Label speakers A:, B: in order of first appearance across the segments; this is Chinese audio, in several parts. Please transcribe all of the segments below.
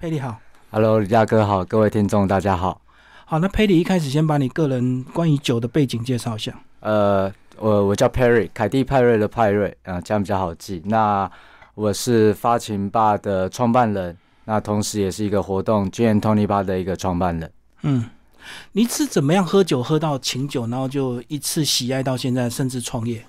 A: 佩里好。
B: Hello，李大哥好，各位听众大家好。
A: 好，那佩里一开始先把你个人关于酒的背景介绍一下。
B: 呃，我我叫 Perry，凯蒂派瑞的派瑞，啊、这样比较好记。那我是发情吧的创办人，那同时也是一个活动 G N Tony 吧的一个创办人。
A: 嗯，你是怎么样喝酒喝到琴酒，然后就一次喜爱到现在，甚至创业？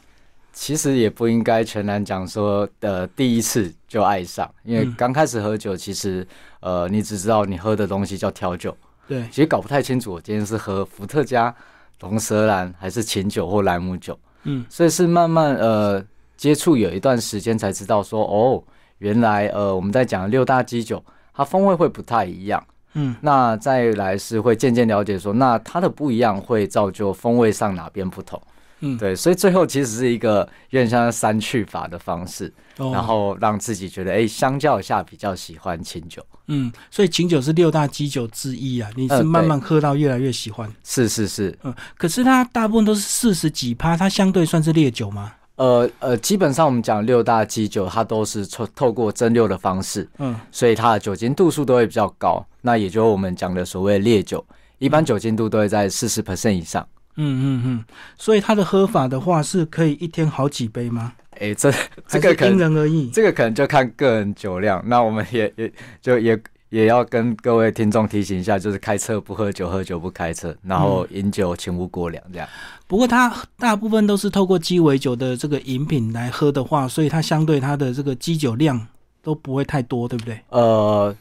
B: 其实也不应该全然讲说，呃，第一次就爱上，因为
A: 嗯
B: 刚开始喝酒，其实呃，你只知道你喝的东西叫调酒，
A: 对，
B: 其实搞不太清楚我今天是喝伏特加、龙舌兰还是琴酒或兰姆酒。
A: 嗯
B: 所以是慢慢呃接触有一段时间才知道说哦，原来呃我们在讲六大基酒，它风味会不太一样。
A: 嗯
B: 那再来是会渐渐了解说，那它的不一样会造就风味上哪边不同。
A: 嗯，，
B: 对，所以最后其实是一个有点像三去法的方式，
A: 哦、
B: 然后让自己觉得哎、相较下比较喜欢清酒。
A: 嗯，所以琴酒是六大基酒之一啊，你是
B: 呃
A: 慢慢喝到越来越喜欢。
B: 是是是，
A: 嗯，可是它大部分都是四十几趴，它相对算是烈酒吗？
B: 呃呃，基本上我们讲六大基酒，它都是透透过蒸馏的方式，
A: 嗯
B: 所以它的酒精度数都会比较高。那也就是我们讲的所谓烈酒，一
A: 嗯
B: 般酒精度都会在四十 percent 以上。
A: 嗯嗯嗯，所以它的喝法的话，是可以一天好几杯吗？
B: 诶， 这这个
A: 还
B: 可
A: 是因
B: 能
A: 人而异。
B: 这个可能就看个人酒量。那我们也 也就也也要跟各位听众提醒一下，就是开车不喝酒，喝酒不开车，然后饮酒请勿过量这样。
A: 不过它大部分都是透过鸡尾酒的这个饮品来喝的话，所以它相对它的这个基酒量都不会太多，对不对？
B: 呃，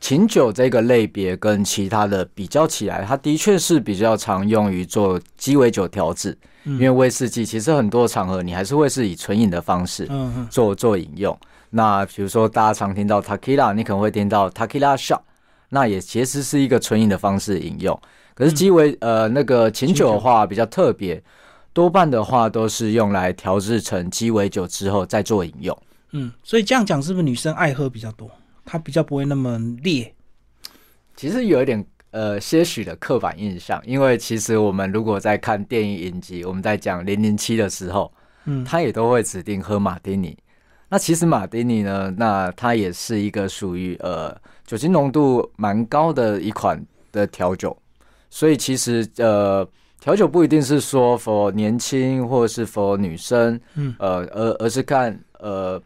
B: 琴酒这个类别跟其他的比较起来，它的确是比较常用于做鸡尾酒调制，
A: 嗯
B: 因为威士忌其实很多场合你还是会是以纯饮的方式
A: 嗯嗯
B: 做做饮用。那比如说大家常听到 tequila，你可能会听到 tequila shot，那也其实是一个纯饮的方式饮用。可是鸡尾、呃那个琴酒的话比较特别，多半的话都是用来调制成鸡尾酒之后再做饮用。
A: 嗯，所以这样讲是不是女生爱喝比较多？她比较不会那么烈。
B: 其实有一点呃些许的刻板印象，因为其实我们如果在看电影影集，我们在讲零零七的时候，
A: 嗯
B: 他也都会指定喝马丁尼。那其实马丁尼呢，那它也是一个属于呃酒精浓度蛮高的一款的调酒，所以其实呃调酒不一定是说 for 年轻或是 for 女生，
A: 嗯
B: 呃，而而是看呃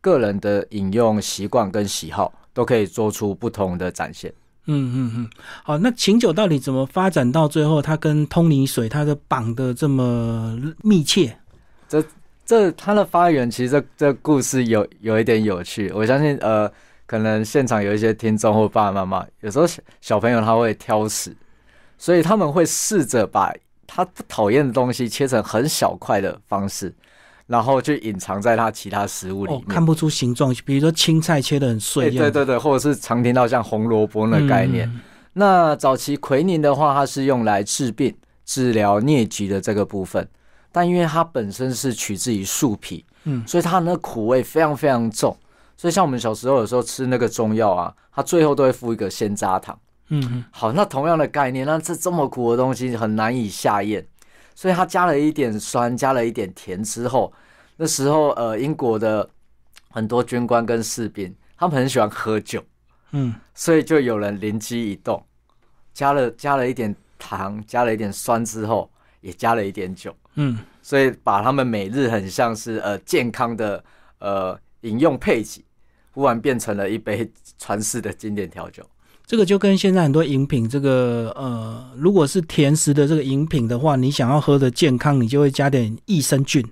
B: 个人的饮用习惯跟喜好，都可以做出不同的展现。
A: 嗯嗯嗯，好，那琴酒到底怎么发展到最后，它跟通灵水它的绑的这么密切？
B: 这它的发源其实这这故事有有一点有趣，我相信呃，可能现场有一些听众或爸爸妈妈，有时候小小朋友他会挑食，所以他们会试着把他不讨厌的东西切成很小块的方式，然后去隐藏在他其他食物里
A: 哦
B: 面，。
A: 看不出形状，比如说青菜切得很
B: 哎
A: 碎一样，
B: 对对对，或者是常听到像红萝卜那个概念。
A: 嗯
B: 那早期奎宁的话，它是用来治病、治疗疟疾的这个部分，但因为它本身是取自于树皮，
A: 嗯
B: 所以它那苦味非常非常重。所以像我们小时候有时候吃那个中药啊，它最后都会附一个鲜渣糖。
A: 嗯嗯
B: 好，那同样的概念，那这这么苦的东西很难以下咽，所以它加了一点酸，加了一点甜之后，那时候呃，英国的很多军官跟士兵，他们很喜欢喝酒，
A: 嗯，
B: 所以就有人灵机一动，加了加了一点糖，加了一点酸之后，也加了一点酒，
A: 嗯，
B: 所以把他们每日很像是呃健康的呃饮用配给，忽然变成了一杯传世的经典调酒。
A: 这个就跟现在很多饮品，这个呃，如果是甜食的这个饮品的话，你想要喝的健康，你就会加点益生菌，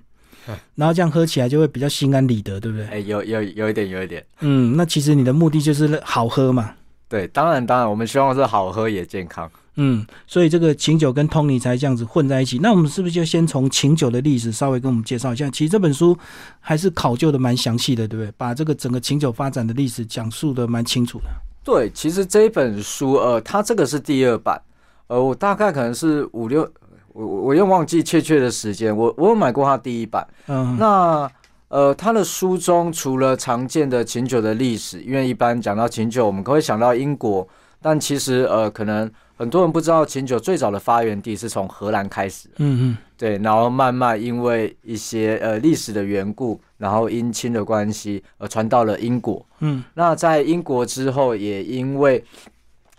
A: 然后这样喝起来就会比较心安理得，对不对
B: 哎、？有有有一点，有一点。
A: 嗯，那其实你的目的就是好喝嘛。
B: 对，当然当然，我们希望是好喝也健康。
A: 嗯，所以这个琴酒跟通尼才这样子混在一起。那我们是不是就先从琴酒的历史稍微跟我们介绍一下？其实这本书还是考究的蛮详细的，对不对？把这个整个琴酒发展的历史讲述的蛮清楚的。
B: 对，其实这一本书，呃，它这个是第二版，呃，我大概可能是五六，我我我又忘记确切的时间，我我有买过它第一版。
A: 嗯，
B: 那呃，他的书中除了常见的琴酒的历史，因为一般讲到琴酒，我们会想到英国，但其实呃，可能很多人不知道琴酒最早的发源地是从荷兰开始的，
A: 嗯嗯
B: 对，然后慢慢因为一些呃历史的缘故，然后姻亲的关系，呃，传到了英国。
A: 嗯
B: 那在英国之后，也因为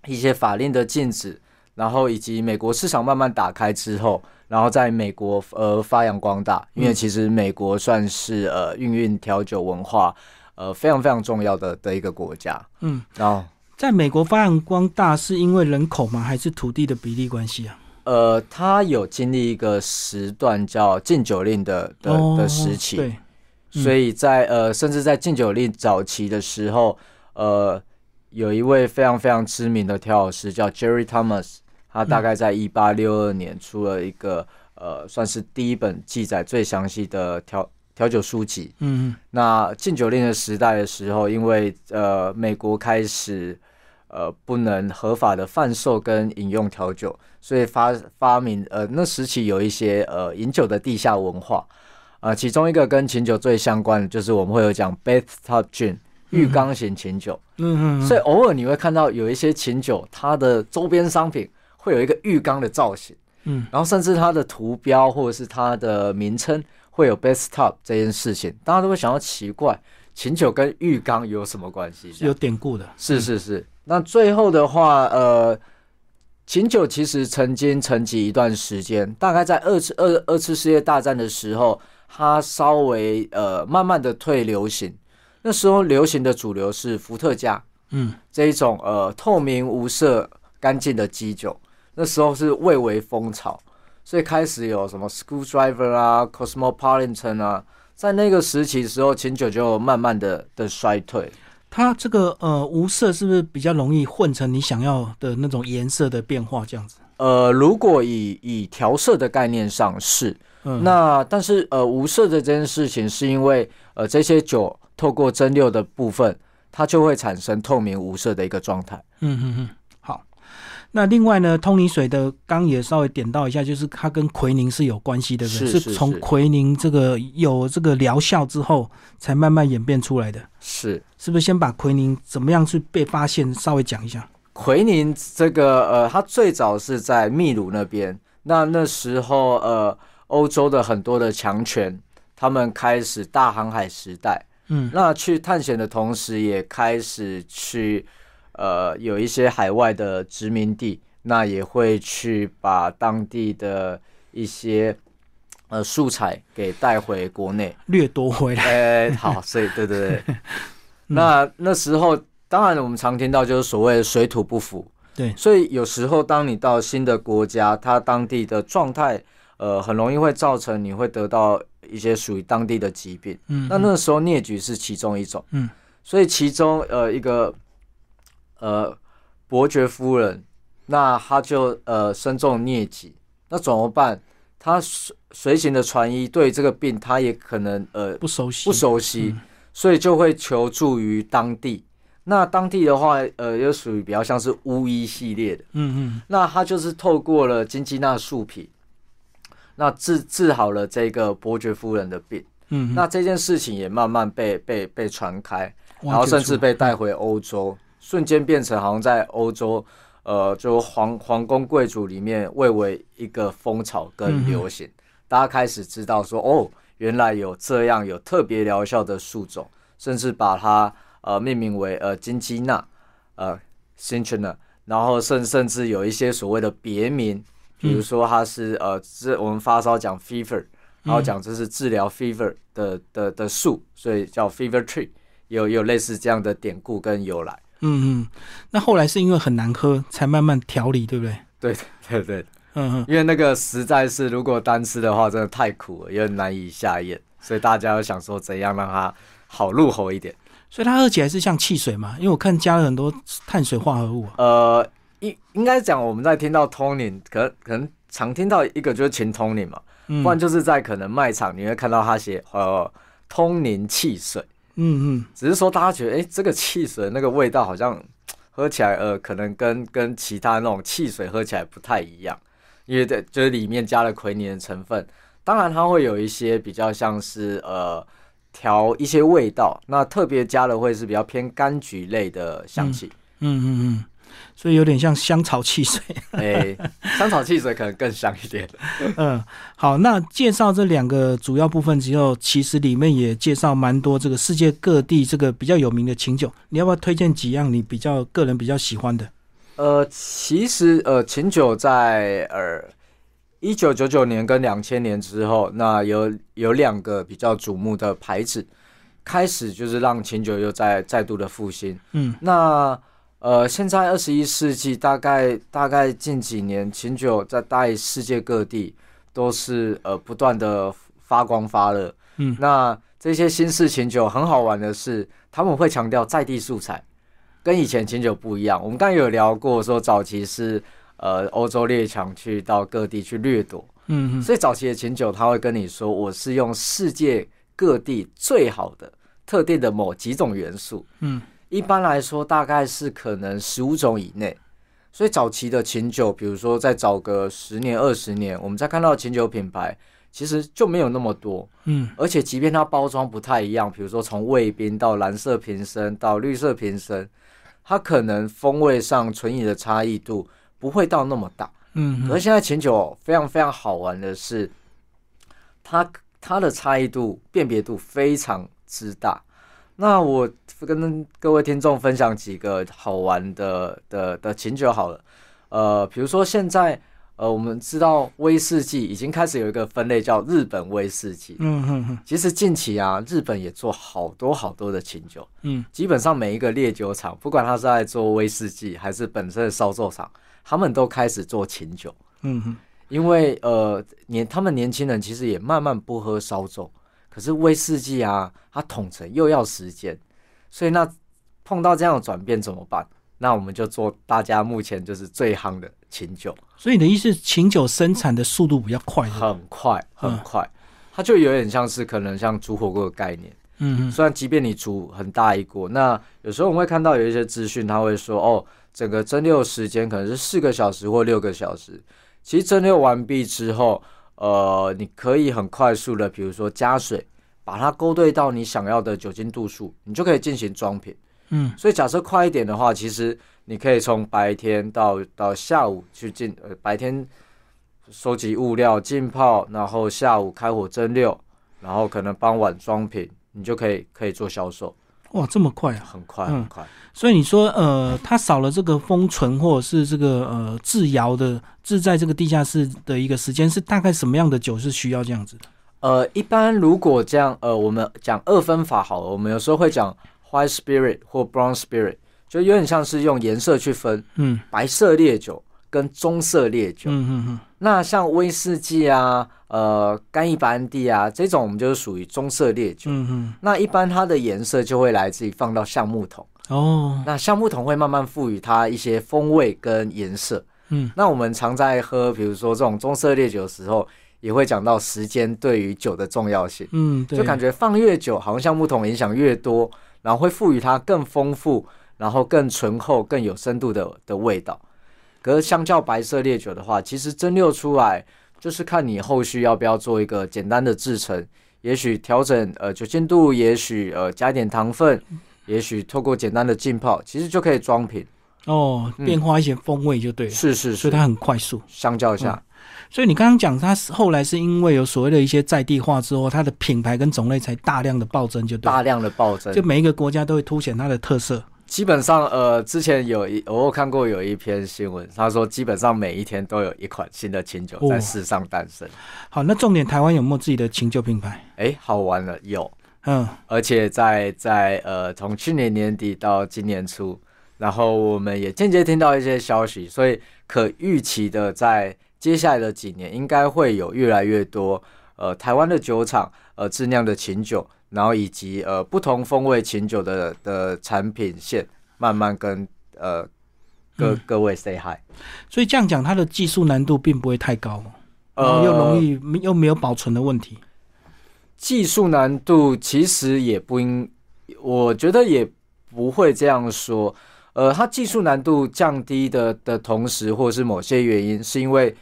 B: 一些法令的禁止，然后以及美国市场慢慢打开之后，然后在美国呃发扬光大，因为
A: 嗯
B: 其实美国算是呃运运调酒文化呃非常非常重要的的一个国家。
A: 嗯，
B: 然后
A: 在美国发扬光大是因为人口吗？还是土地的比例关系啊？
B: 呃，他有经历一个时段叫禁酒令的的的时期，
A: 哦对，嗯
B: 所以在呃，甚至在禁酒令早期的时候，呃，有一位非常非常知名的调酒师叫 Jerry Thomas，他大概在一八六二年出了一个、呃，算是第一本记载最详细的调调酒书籍。
A: 嗯嗯
B: 那禁酒令的时代的时候，因为呃，美国开始呃不能合法的贩售跟饮用调酒，所以发发明呃那时期有一些呃饮酒的地下文化，呃，其中一个跟琴酒最相关的就是我们会有讲 bathtub gin 浴缸型琴酒，
A: 嗯嗯，
B: 所以偶尔你会看到有一些琴酒，它的周边商品会有一个浴缸的造型，
A: 嗯
B: 然后甚至它的图标或者是它的名称会有 best top 这件事情，大家都会想要奇怪，琴酒跟浴缸有什么关系？
A: 有典故的，
B: 是是是。那最后的话，呃，琴酒其实曾经沉寂一段时间，大概在二次二二次世界大战的时候，它稍微呃慢慢的退流行。那时候流行的主流是伏特加，
A: 嗯
B: 这一种呃透明无色、干净的基酒，那时候是蔚为风潮，所以开始有什么 Screwdriver 啊、Cosmopolitan 啊，在那个时期的时候，琴酒就慢慢的的衰退。
A: 它这个呃无色是不是比较容易混成你想要的那种颜色的变化这样子？
B: 呃，如果以以调色的概念上是，
A: 嗯，
B: 那但是呃无色的这件事情，是因为呃这些酒透过蒸馏的部分，它就会产生透明无色的一个状态。
A: 嗯嗯嗯，好。那另外呢，通灵水的刚也稍微点到一下，就是它跟奎宁是有关系的，对不对？
B: 是是
A: 从
B: 是
A: 奎宁这个有这个疗效之后，才慢慢演变出来的，
B: 是
A: 是不是？先把奎宁怎么样去被发现，稍微讲一下。
B: 奎宁这个呃，它最早是在秘鲁那边，那那时候呃欧洲的很多的强权，他们开始大航海时代，
A: 嗯
B: 那去探险的同时，也开始去呃有一些海外的殖民地，那也会去把当地的一些呃素材给带回国内。
A: 掠夺回来。
B: 哎、好，所以对对对， 那那时候当然我们常听到就是所谓的水土不服，
A: 对
B: 所以有时候当你到新的国家，它当地的状态，呃，很容易会造成你会得到一些属于当地的疾病。
A: 嗯，
B: 那那时候疟疾是其中一种，
A: 嗯，
B: 所以其中呃一个呃伯爵夫人，那她就呃身中疟疾，那怎么办？她随随行的传医对这个病，她也可能呃
A: 不熟悉，
B: 不熟悉，所以就会求助于当地。那当地的话，呃，又属于比较像是巫医系列的，
A: 嗯。嗯
B: 那他就是透过了金鸡纳树皮，那治治好了这个伯爵夫人的病。
A: 嗯嗯，
B: 那这件事情也慢慢被被被传开，
A: 挖
B: 然后
A: 掘
B: 甚
A: 出
B: 至被带回欧洲，瞬间变成好像在欧洲，呃，就皇皇宫贵族里面蔚为一个风潮
A: 嗯
B: 跟
A: 哼
B: 流行，大家开始知道说，哦，原来有这样有特别疗效的树种，甚至把它呃命名为呃金鸡纳，呃 c i n c h n a 然后甚甚至有一些所谓的别名，比如说它是呃治我们发烧讲 fever，然后讲这是治疗 fever 的的的树，所以叫 fever tree，有有类似这样的典故跟由来。
A: 嗯嗯，那后来是因为很难喝，才慢慢调理，对不对？
B: 对对对，
A: 嗯嗯，
B: 因为那个实在是如果单吃的话，真的太苦了，有点难以下咽，所以大家要想说怎样让它好入喉一点。
A: 所以它喝起来是像汽水嘛，因为我看加了很多碳水化合物啊。
B: 呃，应应该讲我们在听到通灵，可可能常听到一个就是琴通灵嘛，
A: 嗯
B: 不然就是在可能卖场你会看到它写呃通灵汽水。
A: 嗯嗯，
B: 只是说大家觉得，哎、这个汽水那个味道好像喝起来，呃，可能跟跟其他那种汽水喝起来不太一样，因为这就是里面加了奎宁的成分。当然，它会有一些比较像是呃调一些味道，那特别加的会是比较偏柑橘类的香气。
A: 嗯嗯嗯，所以有点像香草汽水。
B: 哎，香草汽水可能更香一点。
A: 嗯，好，那介绍这两个主要部分之后，其实里面也介绍蛮多这个世界各地这个比较有名的琴酒。你要不要推荐几样你比较个人比较喜欢的？
B: 呃，其实呃，琴酒在呃一九九九年跟两千年之后，那有有两个比较瞩目的牌子，开始就是让琴酒又再再度的复兴。
A: 嗯，
B: 那呃，现在二十一世纪，大概大概近几年，琴酒在在世界各地都是呃不断的发光发热。
A: 嗯
B: 那这些新式琴酒很好玩的是，他们会强调在地素材，跟以前琴酒不一样。我们刚刚有聊过，说早期是呃欧洲列强去到各地去掠夺，
A: 嗯嗯
B: 所以早期的琴酒他会跟你说，我是用世界各地最好的特定的某几种元素，
A: 嗯，
B: 一般来说大概是可能十五种以内。所以早期的琴酒，比如说再找个十年、二十年，我们再看到琴酒品牌，其实就没有那么多。
A: 嗯
B: 而且即便它包装不太一样，比如说从卫兵到蓝色瓶身到绿色瓶身，它可能风味上纯饮的差异度不会到那么大。
A: 嗯
B: 可是
A: 嗯
B: 现在琴酒非常非常好玩的是，它它的差异度、辨别度非常之大。那我跟各位听众分享几个好玩的的的琴酒好了，呃，比如说现在呃，我们知道威士忌已经开始有一个分类叫日本威士忌。
A: 嗯嗯嗯
B: 其实近期啊，日本也做好多好多的琴酒，
A: 嗯
B: 基本上每一个烈酒厂，不管他是在做威士忌还是本身的烧酒厂，他们都开始做琴酒。
A: 嗯嗯
B: 因为呃年他们年轻人其实也慢慢不喝烧酒，可是威士忌啊，它统称又要时间，所以那碰到这样的转变怎么办？那我们就做大家目前就是最夯的琴酒，
A: 所以你的意思，琴酒生产的速度比较快的。
B: 很快很快，它就有点像是可能像煮火锅的概念。
A: 嗯嗯
B: 虽然即便你煮很大一锅，那有时候我们会看到有一些资讯，他会说哦，整个蒸馏时间可能是四个小时或六个小时。其实蒸馏完毕之后，呃，你可以很快速的，比如说加水，把它勾兑到你想要的酒精度数，你就可以进行装瓶。
A: 嗯
B: 所以假设快一点的话，其实你可以从白天到到下午去进，呃，白天收集物料浸泡，然后下午开火蒸馏，然后可能傍晚装瓶，你就可以可以做销售，
A: 哇，这么快啊！
B: 很快
A: 嗯
B: 很快。
A: 所以你说，呃，它少了这个封存或者是这个呃制窑的制在这个地下室的一个时间，是大概什么样的酒是需要这样子的？
B: 呃，一般如果这样，呃，我们讲二分法好了，我们有时候会讲 white spirit 或 brown spirit，就有点像是用颜色去分
A: 嗯
B: 白色烈酒跟棕色烈酒。
A: 嗯嗯嗯
B: 那像威士忌啊，呃，干邑白兰地啊这种，我们就是属于棕色烈酒。
A: 嗯嗯，
B: 那一般它的颜色就会来自于放到橡木桶，
A: 哦，
B: 那橡木桶会慢慢赋予它一些风味跟颜色。
A: 嗯
B: 那我们常在喝，比如说这种棕色烈酒的时候，也会讲到时间对于酒的重要性，
A: 嗯，对，
B: 就感觉放越久，好像橡木桶影响越多，然后会赋予它更丰富，然后更醇厚、更有深度的的味道。可是相较白色烈酒的话，其实蒸馏出来就是看你后续要不要做一个简单的制成，也许调整呃酒精度，也许呃加一点糖分，也许透过简单的浸泡，其实就可以装瓶。
A: 哦，
B: 嗯
A: 变化一些风味就对了，
B: 是是
A: 所
B: 嗯
A: 以
B: 是，
A: 它很快速。
B: 相较下，
A: 所以你刚刚讲，它是后来是因为有所谓的一些在地化之后，它的品牌跟种类才大量的暴增，就对了，
B: 大量的暴增
A: 就。每一个国家都会凸显它的特色。
B: 基本上，呃，之前有一我有看过有一篇新闻，他说基本上每一天都有一款新的清酒在
A: 哦
B: 世上诞生。
A: 好，那重点台湾有没有自己的琴酒品牌？
B: 哎、好玩了，有，
A: 嗯
B: 而且在在呃，从去年年底到今年初，然后我们也间接听到一些消息，所以可预期的，在接下来的几年，应该会有越来越多呃台湾的酒厂呃质量的琴酒，然后以及呃不同风味琴酒的的产品线，慢慢跟呃各
A: 嗯
B: 各位 say hi。
A: 所以这样讲，它的技术难度并不会太高，然
B: 呃，
A: 后又容易又没有保存的问题。
B: 技术难度其实也不应，我觉得也不会这样说。呃，它技术难度降低的的同时，或是某些原因，是因为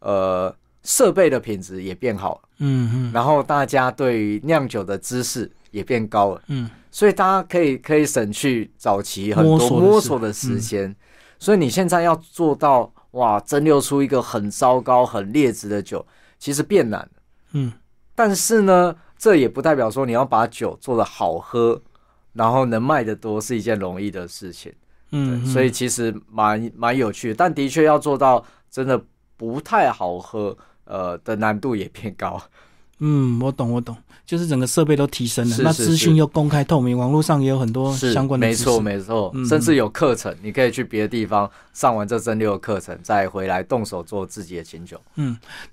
B: 呃设备的品质也变好了，
A: 嗯嗯
B: 然后大家对于酿酒的知识也变高了，
A: 嗯
B: 所以大家可以可以省去早期很
A: 摸
B: 多
A: 索的
B: 摸
A: 时嗯
B: 索的时间。所以你现在要做到哇，蒸馏出一个很糟糕、很劣质的酒，其实变难。
A: 嗯，
B: 但是呢，这也不代表说你要把酒做的好喝，然后能卖得多是一件容易的事情。
A: 嗯，
B: 所以其实蛮蛮有趣的，但的确要做到真的不太好喝，呃的难度也偏高。
A: 嗯，我懂我懂，就是整个设备都提升了，
B: 是
A: 那
B: 是
A: 资
B: 是
A: 讯又公开透明，网络上也有很多
B: 是
A: 哦相关的
B: 没
A: 知识。
B: 错没错，
A: 嗯
B: 甚至有课程，你可以去别的地方上完这蒸馏的课程，再回来动手做自己的琴酒。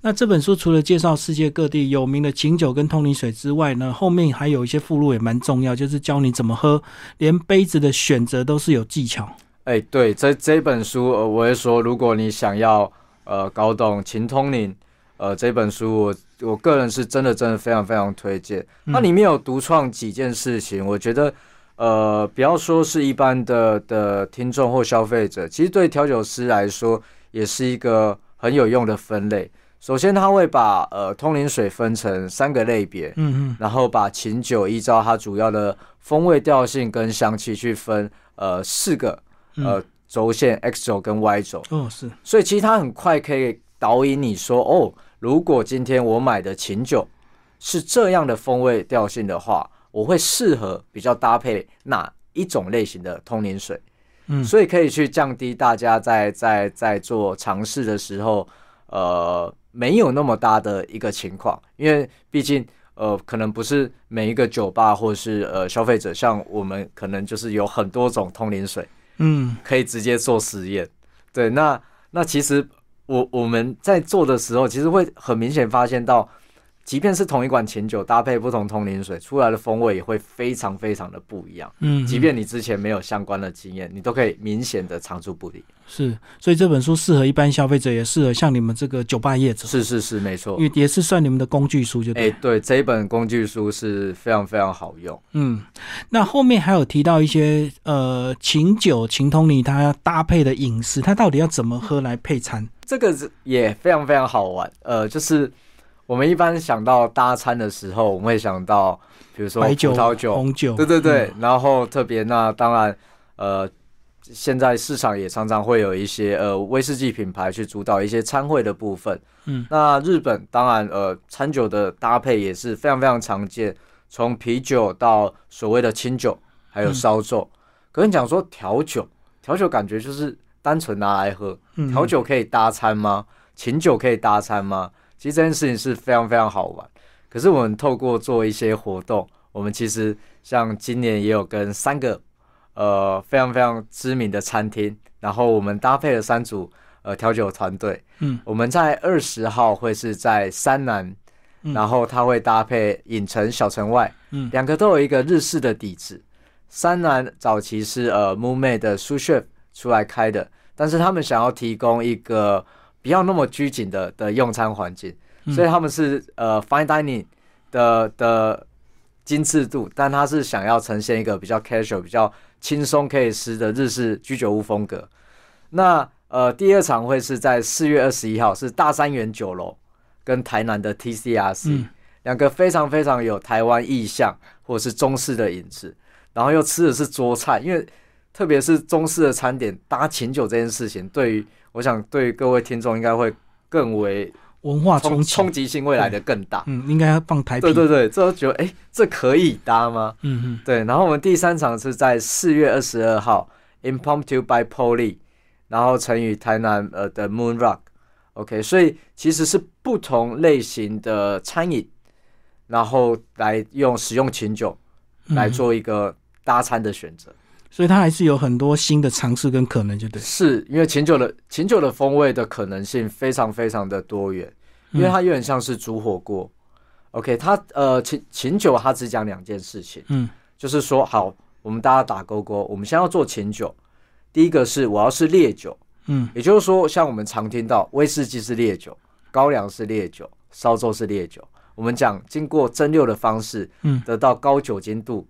A: 那这本书除了介绍世界各地有名的琴酒跟通灵水之外呢，后面还有一些附录也蛮重要，就是教你怎么喝，连杯子的选择都是有技巧。
B: 哎、对，这这本书，呃，我会说，如果你想要呃搞懂琴通灵，呃，这本书我我个人是真的真的非常非常推荐。它里面有独创几件事情，我觉得呃，不要说是一般的的听众或消费者，其实对调酒师来说也是一个很有用的分类。首先，它会把呃通灵水分成三个类别，
A: 嗯嗯
B: 然后把琴酒依照它主要的风味调性跟香气去分，呃，四个呃轴线 X 轴跟 Y 轴，
A: 哦是，
B: 所以其实它很快可以导引你说，哦，如果今天我买的琴酒是这样的风味调性的话，我会适合比较搭配哪一种类型的通灵水，
A: 嗯
B: 所以可以去降低大家在在在做尝试的时候，呃，没有那么大的一个情况，因为毕竟。呃，可能不是每一个酒吧或是呃消费者，像我们可能就是有很多种通灵水，
A: 嗯
B: 可以直接做实验。对，那那其实我我们在做的时候，其实会很明显发现到，即便是同一款琴酒搭配不同通灵水，出来的风味也会非常非常的不一样。
A: 嗯，
B: 即便你之前没有相关的经验，你都可以明显的尝出不一。
A: 是，所以这本书适合一般消费者，也适合像你们这个酒吧业者，
B: 是是是，没错
A: 因。为也是算你们的工具书就
B: 嗯哎、
A: 对。
B: 对，这一本工具书是非常非常好用。
A: 嗯，那后面还有提到一些呃琴酒、琴通里它搭配的饮食，它到底要怎么喝来配餐？
B: 这个是也非常非常好玩。呃，就是我们一般想到搭餐的时候，我们会想到，比如说
A: 白酒、
B: 葡萄酒、
A: 红酒，嗯
B: 对对对，然后特别那当然，呃，现在市场也常常会有一些呃威士忌品牌去主导一些餐会的部分。
A: 嗯，
B: 那日本当然呃餐酒的搭配也是非常非常常见，从啤酒到所谓的清酒，还
A: 嗯
B: 有烧酒。可是你讲说调酒，调酒感觉就是单纯拿来喝，
A: 嗯，
B: 调酒可以搭餐吗？琴酒可以搭餐吗？其实这件事情是非常非常好玩。可是我们透过做一些活动，我们其实像今年也有跟三个呃非常非常知名的餐厅，然后我们搭配了三组呃调酒团队。
A: 嗯，
B: 我们在二十号会是在山南，
A: 嗯
B: 然后它会搭配影城、小城外，
A: 嗯
B: 两个都有一个日式的底子。山南早期是呃 m o o m a 的 sous chef 出来开的，但是他们想要提供一个不要那么拘谨的的用餐环境，
A: 嗯
B: 所以他们是呃 fine dining 的的精致度，但它是想要呈现一个比较 casual、比较轻松可以吃的日式居酒屋风格。那呃，第二场会是在四月二十一号，是大三元酒楼跟台南的 TCRC、
A: 嗯
B: 两个非常非常有台湾意象或者是中式的饮食，然后又吃的是桌菜，因为特别是中式的餐点搭琴酒这件事情，对于我想对于各位听众应该会更为
A: 文化
B: 冲
A: 啊冲击，
B: 冲击性会来的更大。
A: 嗯，应该要放台啤，
B: 对对对，这都觉得哎、诶这可以搭吗？
A: 嗯嗯
B: 对，然后我们第三场是在四月二十二号，Impromptu by Polly，然后乘以台南呃的 Moon Rock，OK，、所以其实是不同类型的餐饮，然后来用使用琴酒
A: 嗯
B: 来做一个搭餐的选择。
A: 所以它还是有很多新的尝试跟可能，就对。
B: 是因为琴酒的琴酒的风味的可能性非常非常的多元，因为它有点像是煮火锅。OK，它呃琴琴酒它只讲两件事情。
A: 嗯
B: 就是说，好，我们大家打勾勾，我们先要做琴酒。第一个是我要是烈酒，
A: 嗯
B: 也就是说，像我们常听到威士忌是烈酒，高粱是烈酒，烧酒是烈酒。我们讲经过蒸馏的方式，
A: 嗯
B: 得到高酒精度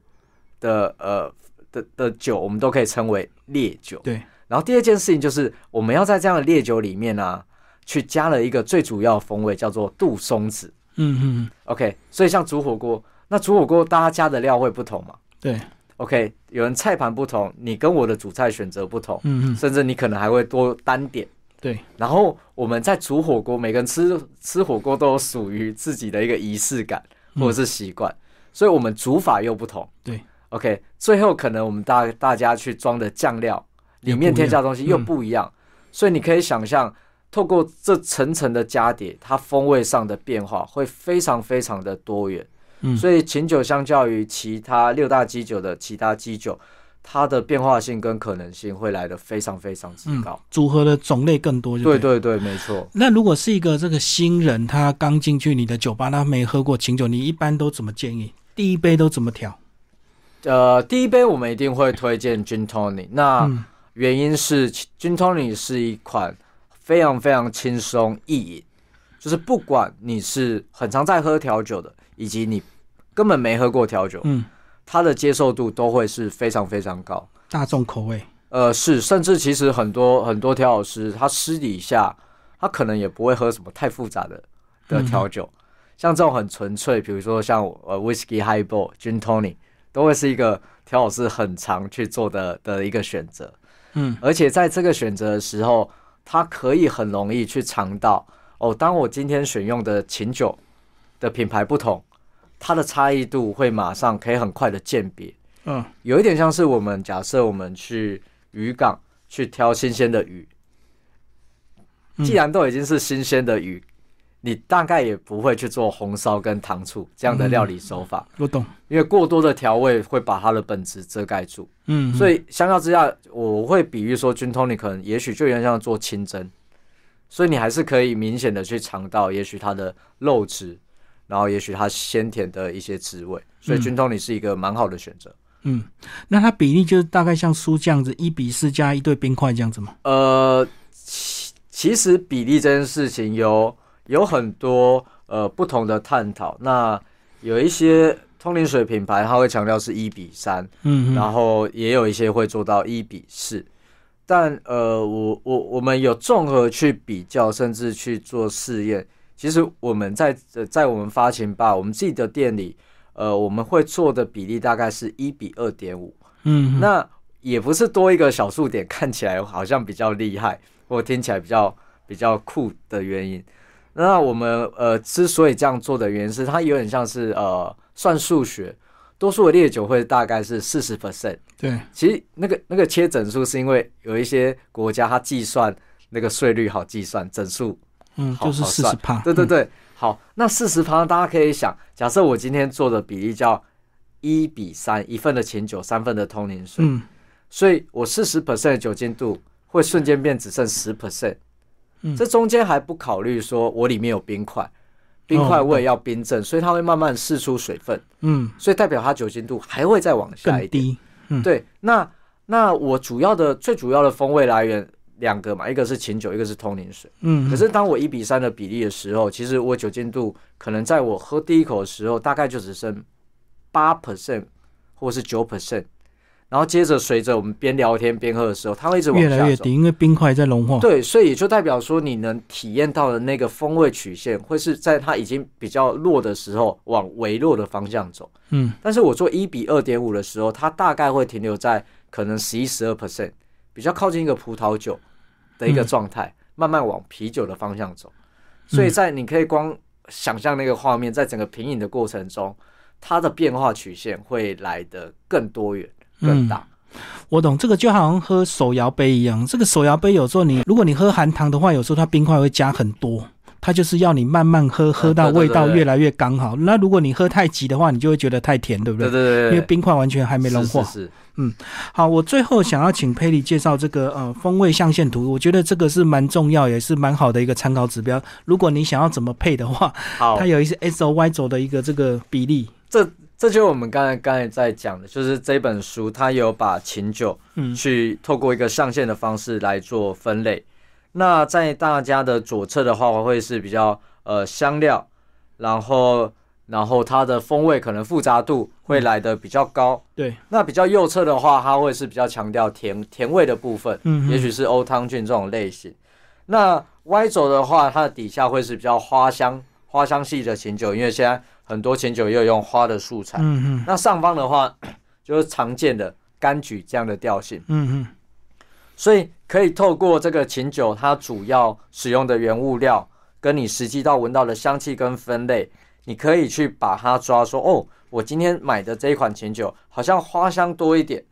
B: 的呃的的酒，我们都可以称为烈酒。
A: 对。
B: 然后第二件事情就是，我们要在这样的烈酒里面呢、啊去加了一个最主要的风味，叫做杜松子。
A: 嗯嗯，嗯
B: OK，所以像煮火锅，那煮火锅大家加的料会不同嘛？
A: 对，
B: OK，有人菜盘不同，你跟我的主菜选择不同，
A: 嗯嗯，
B: 甚至你可能还会多单点。
A: 对，
B: 然后我们在煮火锅，每个人吃吃火锅都有属于自己的一个仪式感
A: 嗯
B: 或者是习惯，所以我们煮法又不同。
A: 对
B: ，OK，最后可能我们大大家去装的酱料
A: 也
B: 里
A: 不一样
B: 面添加的东西又
A: 嗯
B: 不一样，所以你可以想象，透过这层层的加叠，它风味上的变化会非常非常的多元。
A: 嗯
B: 所以琴酒相较于其他六大基酒的其他基酒，它的变化性跟可能性会来得非常非常之
A: 嗯
B: 高。，
A: 组合的种类更多就
B: 对
A: 对。
B: 对对，没错。
A: 那如果是一个这个新人，他刚进去你的酒吧，他没喝过琴酒，你一般都怎么建议？第一杯都怎么调？
B: 呃，第一杯我们一定会推荐 Gin Tonic，那
A: 嗯
B: 原因是 Gin Tonic 是一款非常非常轻松易饮，就是不管你是很常在喝调酒的，以及你根本没喝过调酒，
A: 嗯，
B: 它的接受度都会是非常非常高。
A: 大众口味，
B: 呃，是，甚至其实很多很多调酒师，他私底下他可能也不会喝什么太复杂的的调酒，像这种很纯粹，比如说像呃 whisky highball、gin tonic，都会是一个调酒师很常去做的的一个选择。
A: 嗯
B: 而且在这个选择的时候，他可以很容易去尝到哦，当我今天选用的琴酒的品牌不同，它的差异度会马上可以很快的鉴别。
A: 嗯
B: 有一点像是我们假设我们去渔港去挑新鲜的鱼，
A: 嗯
B: 既然都已经是新鲜的鱼，你大概也不会去做红烧跟糖醋这样的料理手法，
A: 我懂，
B: 因为过多的调味会把它的本质遮盖住。
A: 嗯，
B: 所
A: 以
B: 以相较之下，我会比喻说君通你可能也许就有点像做清蒸，所以你还是可以明显的去尝到，也许它的肉质，然后也许它鲜甜的一些滋味，所以君通你是一个蛮好的选择。
A: 嗯，那它比例就是大概像书这样子，一比四加一对冰块这样子嘛。
B: 呃，其其实比例这件事情有有很多呃不同的探讨。那有一些通灵水品牌，它会强调是一比三、
A: 嗯嗯
B: 然后也有一些会做到一比四。但呃，我我我们有综合去比较，甚至去做试验。其实我们在呃在我们发情吧，我们自己的店里，呃，我们会做的比例大概是一比二点五。
A: 嗯，嗯
B: 那也不是多一个小数点，看起来好像比较厉害，或听起来比较比较酷的原因。那我们呃之所以这样做的原因是，它有点像是呃算数学，多数的烈酒会大概是四十 percent。
A: 对，
B: 其实那个那个切整数是因为有一些国家它计算那个税率好计算整数，
A: 嗯，
B: 好
A: 就是
B: 好
A: 四
B: 算
A: 十帕。
B: 对对对，好，那四十趴大家可以想，假设我今天做的比例叫一比三，一份的琴酒，三份的通灵水。
A: 嗯，
B: 所以我四十 percent 的酒精度会瞬间变只剩十 percent，、
A: 嗯
B: 这中间还不考虑说我里面有冰块，冰
A: 哦
B: 块我也要冰镇，所以它会慢慢释出水分，
A: 嗯嗯，
B: 所以代表它酒精度还会再往下
A: 更
B: 一点。
A: 低。嗯
B: 对，那那我主要的最主要的风味来源两个嘛，一个是琴酒，一个是通灵水。
A: 嗯，
B: 可是当我一比三的比例的时候，其实我酒精度可能在我喝第一口的时候，大概就只剩八 percent 或是九 percent，然后接着随着我们边聊天边喝的时候，它会一直往
A: 越
B: 下走。
A: 来越低，因为冰块在融化。
B: 对，所以也就代表说，你能体验到的那个风味曲线，会是在它已经比较弱的时候，往微弱的方向走。
A: 嗯
B: 但是我做一比二点五的时候，它大概会停留在可能十一、十二 percent，比较靠近一个葡萄酒的一
A: 嗯
B: 个状态，慢慢往啤酒的方向走。所以在你可以光想象那个画面，在整个品饮的过程中，它的变化曲线会来得更多元、更大。
A: 我懂，这个就好像喝手摇杯一样。这个手摇杯有时候你，如果你喝含糖的话，有时候它冰块会加很多，它就是要你慢慢喝，喝到
B: 啊对对
A: 味道
B: 对对
A: 越来越刚好。那如果你喝太急的话，你就会觉得太甜，嗯对不
B: 对
A: 对？
B: 对对对，
A: 因为冰块完全还没融化。
B: 是是是
A: 好，我最后想要请佩里介绍这个呃风味象限图，我觉得这个是蛮重要，也是蛮好的一个参考指标。如果你想要怎么配的话，
B: 好
A: 它，有一些 S O Y 轴的一个这个比例。
B: 这就是我们刚才刚才在讲的，就是这本书它有把琴酒
A: 嗯
B: 去透过一个上线的方式来做分类。那在大家的左侧的话，我会是比较呃香料，然后然后它的风味可能复杂度会来的比较高。
A: 对，
B: 那比较右侧的话，它会是比较强调甜甜味的部分，
A: 嗯嗯
B: 也许是欧汤菌这种类型。那 Y 轴的话，它的底下会是比较花香花香系的琴酒，因为现在很多琴酒也有用花的素材。
A: 嗯嗯
B: 那上方的话， 就是常见的柑橘这样的调性。
A: 嗯嗯
B: 所以可以透过这个琴酒，它主要使用的原物料，跟你实际到闻到的香气跟分类，你可以去把它抓说，哦，我今天买的这一款琴酒，好像花香多一点，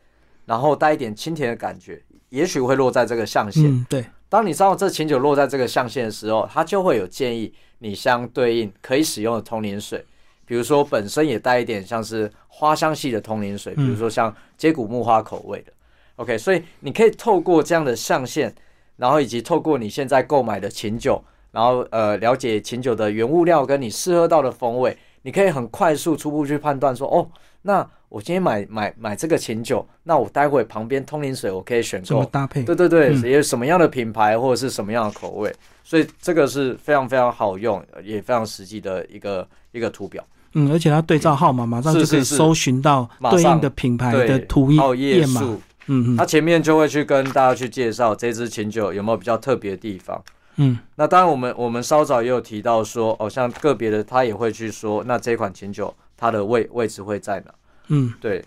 B: 然后带一点清甜的感觉，也许会落在这个象限。
A: 嗯，对，
B: 当你知道这琴酒落在这个象限的时候，它就会有建议你相对应可以使用的通灵水，比如说本身也带一点像是花香系的通灵水，比如说像接骨木花口味的。OK，所以你可以透过这样的象限，然后以及透过你现在购买的琴酒，然后呃了解琴酒的原物料跟你适合到的风味，你可以很快速初步去判断说，哦，那我今天买买买这个琴酒，那我待会旁边通灵水我可以选
A: 怎
B: 购
A: 么搭配？
B: 对对对，也有什么样的品牌或者是什么样的口味，所以这个是非常非常好用，也非常实际的一个一个图表。
A: 嗯，而且它对照号码马上
B: 是
A: 就可以
B: 是是
A: 搜寻到
B: 马
A: 对应
B: 上
A: 的品牌
B: 对
A: 的图
B: 还有
A: 页
B: 页
A: 页码。
B: 数，啊
A: 嗯嗯
B: 它前面就会去跟大家去介绍这支琴酒有没有比较特别的地方。
A: 嗯，
B: 那当然，我们我们稍早也有提到说，哦，像个别的他也会去说，那这款琴酒它的位位置会在哪？
A: 嗯，
B: 对，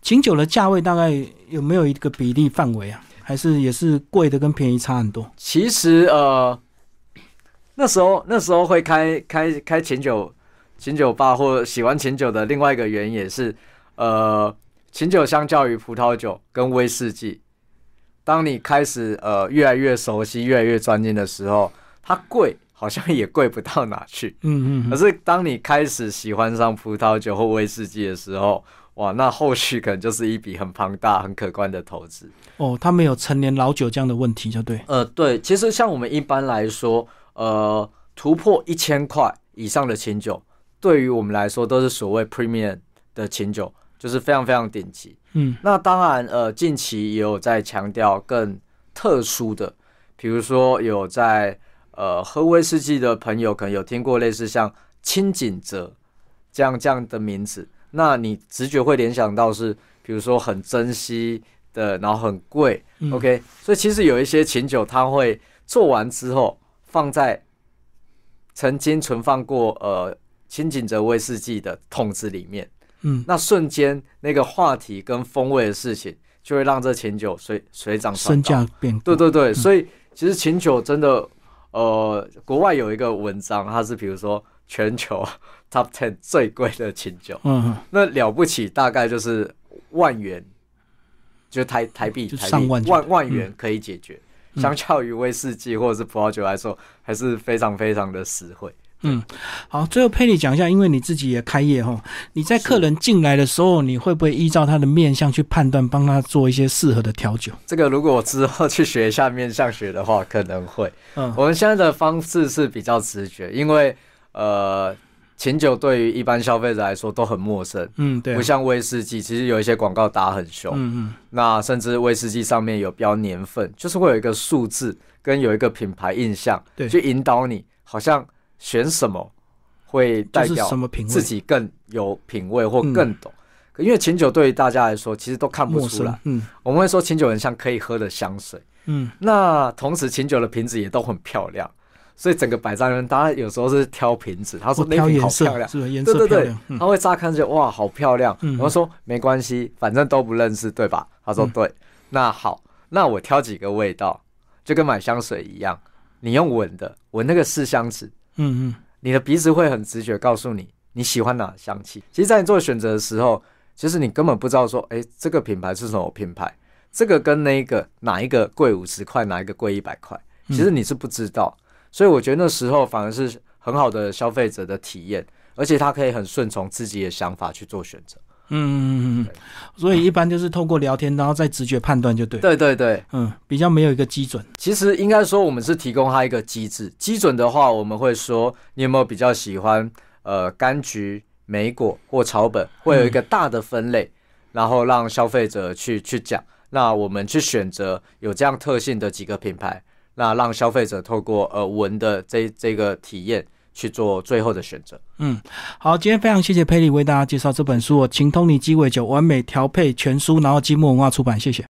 A: 琴酒的价位大概有没有一个比例范围啊？还是也是贵的跟便宜差很多？
B: 其实呃，那时候那时候会开开开琴酒琴酒吧或喜欢琴酒的另外一个原因也是，呃，琴酒相较于葡萄酒跟威士忌，当你开始呃越来越熟悉、越来越专精的时候，它贵好像也贵不到哪去。
A: 嗯嗯
B: 可
A: 嗯，
B: 是当你开始喜欢上葡萄酒或威士忌的时候，哇，那后续可能就是一笔很庞大、很可观的投资。
A: 哦，它没有陈年老酒这样的问题，就对。
B: 呃，对，其实像我们一般来说，呃，突破一千块以上的琴酒，对于我们来说都是所谓 premium 的琴酒，就是非常非常顶级。
A: 嗯
B: 那当然，呃，近期也有在强调更特殊的，比如说有在呃喝威士忌的朋友可能有听过类似像清井泽这样这样的名字，那你直觉会联想到是，比如说很珍惜的，然后很贵、
A: 嗯
B: o k 所以其实有一些琴酒，它会做完之后放在曾经存放过呃清井泽威士忌的桶子里面。
A: 嗯，
B: 那瞬间那个话题跟风味的事情，就会让这琴酒水水涨船
A: 身
B: 高。
A: 价嗯变
B: 嗯对
A: 高。
B: 对对，所以其实琴酒真的，呃，国外有一个文章，它是比如说全球 top ten 最贵的琴酒，
A: 嗯，嗯
B: 那了不起大概就是万元，就台台币
A: 就
B: 台币
A: 上万就嗯
B: 万万元可以解决。相较于威士忌或者是葡萄酒来说，还是非常非常的实惠。
A: 好，最后佩里讲一下，因为你自己也开业哈，你在客人进来的时候，你会不会依照他的面相去判断，帮他做一些适合的调酒？
B: 这个如果我之后去学一下面相学的话，可能会。
A: 嗯
B: 我们现在的方式是比较直觉，因为呃，琴酒对于一般消费者来说都很陌生，
A: 嗯，对啊、
B: 不像威士忌，其实有一些广告打很凶，
A: 嗯嗯
B: 那甚至威士忌上面有标年份，就是会有一个数字跟有一个品牌印象，
A: 对
B: 去引导你好像选什么会代
A: 就是
B: 表
A: 什么品味
B: 自己更有品味或
A: 嗯
B: 更懂。可因为琴酒对于大家来说其实都看不
A: 陌
B: 出
A: 生
B: 来，，
A: 嗯
B: 我们会说琴酒很像可以喝的香水。
A: 嗯
B: 那同时琴酒的瓶子也都很漂亮，所以整个摆在那边，大家有时候是挑瓶子，他
A: 我
B: 说
A: 哦
B: 那
A: 挑
B: 瓶好
A: 颜
B: 漂
A: 色
B: 亮，
A: 是吧？颜
B: 对
A: 色
B: 对
A: 漂
B: 对
A: 亮，，嗯
B: 他会乍看就哇好漂亮，
A: 嗯
B: 然后说没关系，反正都不认识对吧？他说
A: 嗯
B: 对，那好，那我挑几个味道，就跟买香水一样，你用闻的，闻那个试香纸，
A: 嗯嗯，
B: 你的鼻子会很直觉告诉你你喜欢哪香气。其实，在你做选择的时候，其实你根本不知道说，哎，这个品牌是什么品牌，这个跟那个哪一个贵五十块，哪一个贵一百块，其实你是不知道。所以我觉得那时候反而是很好的消费者的体验，而且他可以很顺从自己的想法去做选择。
A: 嗯嗯嗯嗯，所以一般就是透过聊天，然后再直觉判断就对。
B: 对对对，
A: 嗯，比较没有一个基准。
B: 其实应该说，我们是提供它一个机制。基准的话，我们会说你有没有比较喜欢呃柑橘、莓果或草本，会有一个大的分类，然后让消费者去去讲。那我们去选择有这样特性的几个品牌，那让消费者透过呃闻的这这个体验去做最后的选择。
A: 嗯，好，今天非常谢谢佩里为大家介绍这本书哦，《请通你鸡尾酒完美调配全书》，然后积木文化出版，谢谢。